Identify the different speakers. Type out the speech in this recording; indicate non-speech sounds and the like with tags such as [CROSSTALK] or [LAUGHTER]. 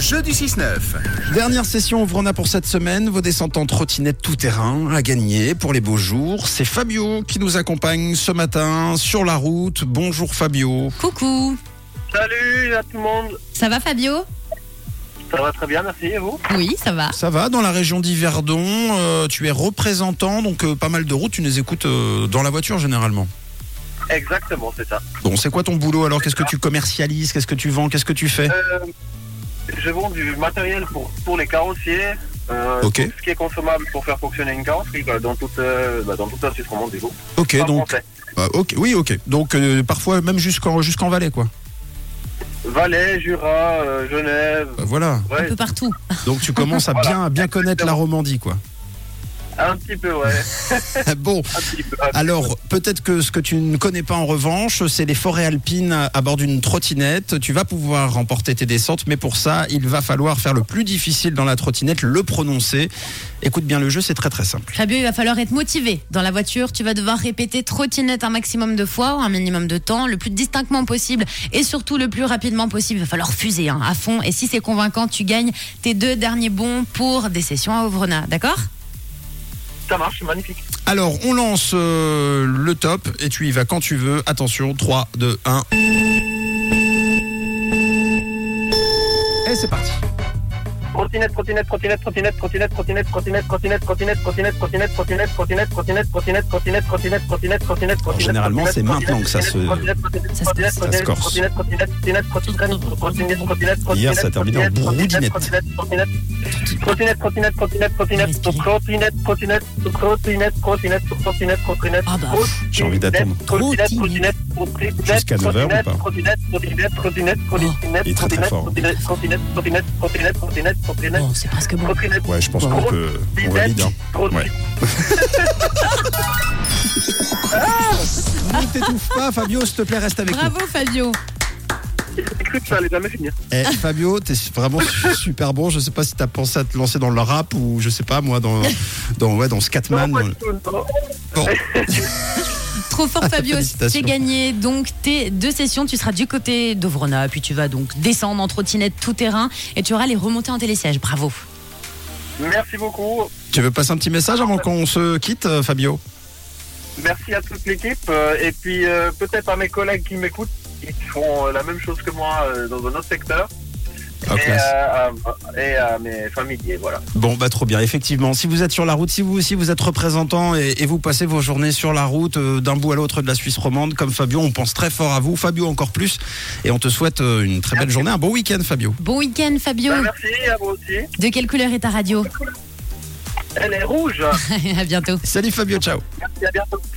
Speaker 1: jeu du 6-9.
Speaker 2: Dernière session Vrona pour cette semaine. Vos descentes en trottinette tout terrain à gagner pour les beaux jours. C'est Fabio qui nous accompagne ce matin sur la route. Bonjour Fabio.
Speaker 3: Coucou,
Speaker 4: Salut à tout le monde,
Speaker 3: ça va Fabio
Speaker 4: ça va très bien, merci, et vous
Speaker 3: Oui, ça va.
Speaker 2: Ça va dans la région d'Yverdon. euh, tu es représentant, donc euh, pas mal de routes. Tu les écoutes euh, dans la voiture généralement.
Speaker 4: Exactement, c'est ça.
Speaker 2: Bon, c'est quoi ton boulot alors Qu'est-ce que tu commercialises Qu'est-ce que tu vends Qu'est-ce que tu fais
Speaker 4: Euh, je vends du matériel pour, pour les carrossiers, euh,
Speaker 2: Ok.
Speaker 4: tout ce qui est consommable pour faire fonctionner une carrosserie quoi, dans toute, euh, bah, dans toute la Suisse romande du coup.
Speaker 2: Ok,
Speaker 4: Pas
Speaker 2: donc
Speaker 4: français.
Speaker 2: bah, ok, oui, ok. Donc euh, parfois même jusqu'en jusqu'en Valais quoi.
Speaker 4: Valais, Jura, euh, Genève,
Speaker 2: Bah, voilà.
Speaker 3: Un
Speaker 4: ouais,
Speaker 3: peu partout.
Speaker 2: Donc tu commences à
Speaker 4: Voilà.
Speaker 2: bien à bien connaître la Romandie
Speaker 4: [LAUGHS]
Speaker 2: quoi.
Speaker 4: un petit peu, ouais,
Speaker 2: bon.
Speaker 4: un petit peu.
Speaker 2: Alors, peut-être que ce que tu ne connais pas en revanche, c'est les forêts alpines à bord d'une trottinette. Tu vas pouvoir remporter tes descentes, mais pour ça, il va falloir faire le plus difficile dans la trottinette, le prononcer. Écoute bien le jeu, c'est très très simple.
Speaker 3: Fabio, il va falloir être motivé. Dans la voiture, tu vas devoir répéter trottinette un maximum de fois, un minimum de temps, le plus distinctement possible et surtout le plus rapidement possible. Il va falloir fuser hein, à fond. Et si c'est convaincant, tu gagnes tes deux derniers bons pour des sessions à Ovrona, d'accord
Speaker 4: Ça marche, c'est magnifique.
Speaker 2: Alors, on lance euh, le top et tu y vas quand tu veux. Attention, 3, 2, 1. Et Eh, c'est parti.
Speaker 4: Trottinette, trottinette, trottinette, trottinette, trottinette, trottinette, trottinette, trottinette, trottinette, trottinette, trottinette, trottinette, trottinette, trottinette, trottinette, trottinette, trottinette, trottinette, trottinette, trottinette.
Speaker 2: généralement, c'est maintenant que ça se-
Speaker 3: Ça se corse.
Speaker 2: Ça se corse.
Speaker 4: Trottinette, trottinette, trottinette, trottinette, trottinette, trottinette, trottinette,
Speaker 2: Hier, ça terminait en
Speaker 4: trottinette,
Speaker 2: bourdinette.
Speaker 4: Trottinette, trottinette, trottinette, trottinette, trottinette, trottinette, trottinette, trottinette, trottinette, trottinette, trottinette,
Speaker 3: Ah bah,
Speaker 2: j'ai envie d'attendre.
Speaker 4: Trottinette,
Speaker 3: Trottinette.
Speaker 4: trottinette, trottinette,
Speaker 2: Jusqu'à 9 heures ou
Speaker 4: trottinette,
Speaker 2: pas
Speaker 4: trottinette, trottinette, trottinette, trottinette,
Speaker 2: il est très, très
Speaker 4: trottinette,
Speaker 2: fort.
Speaker 4: trottinette, trottinette, trottinette, trottinette, trottinette, trottinette,
Speaker 3: Bon, c'est presque bon.
Speaker 4: trottinette,
Speaker 2: Oh. Ouais, je pense
Speaker 4: qu'on
Speaker 2: peut. hein. Ouais. Ne t'étouffe pas, Fabio, s'il te plaît, reste avec nous.
Speaker 3: Bravo Fabio.
Speaker 4: J'ai cru que ça allait jamais finir.
Speaker 2: Eh, Fabio, t'es vraiment super bon. Je sais pas si t'as pensé à te lancer dans le rap ou je sais pas moi dans dans ouais dans Scatman.
Speaker 4: Non, pas du tout, non.
Speaker 2: Bon,
Speaker 3: Trop fort Fabio,
Speaker 2: Félicitations.
Speaker 3: j'ai gagné donc tes deux sessions. Tu seras du côté d'Ovrona, puis tu vas donc descendre en trottinette tout terrain et tu auras les remontées en télésiège. Bravo.
Speaker 4: Merci beaucoup.
Speaker 2: tu veux passer un petit message avant qu'on se quitte, euh, Fabio
Speaker 4: Merci à toute l'équipe. euh, Et puis euh, peut-être à mes collègues qui m'écoutent, qui font euh, la même chose que moi euh, dans un autre secteur.
Speaker 2: Ah,
Speaker 4: et,
Speaker 2: classe.
Speaker 4: euh, à, et à mes familiers, voilà.
Speaker 2: Bon, bah trop bien. Effectivement, si vous êtes sur la route, si vous aussi vous êtes représentant et, et vous passez vos journées sur la route euh, d'un bout à l'autre de la Suisse romande, comme Fabio, on pense très fort à vous. Fabio encore plus. Et on te souhaite euh, une très belle journée, un bon week-end, Fabio.
Speaker 3: Bon week-end Fabio.
Speaker 4: Bah, merci à vous aussi.
Speaker 3: De quelle couleur est ta radio [LAUGHS]
Speaker 4: Elle est rouge.
Speaker 3: À bientôt.
Speaker 2: Salut Fabio, ciao.
Speaker 4: Merci, à bientôt.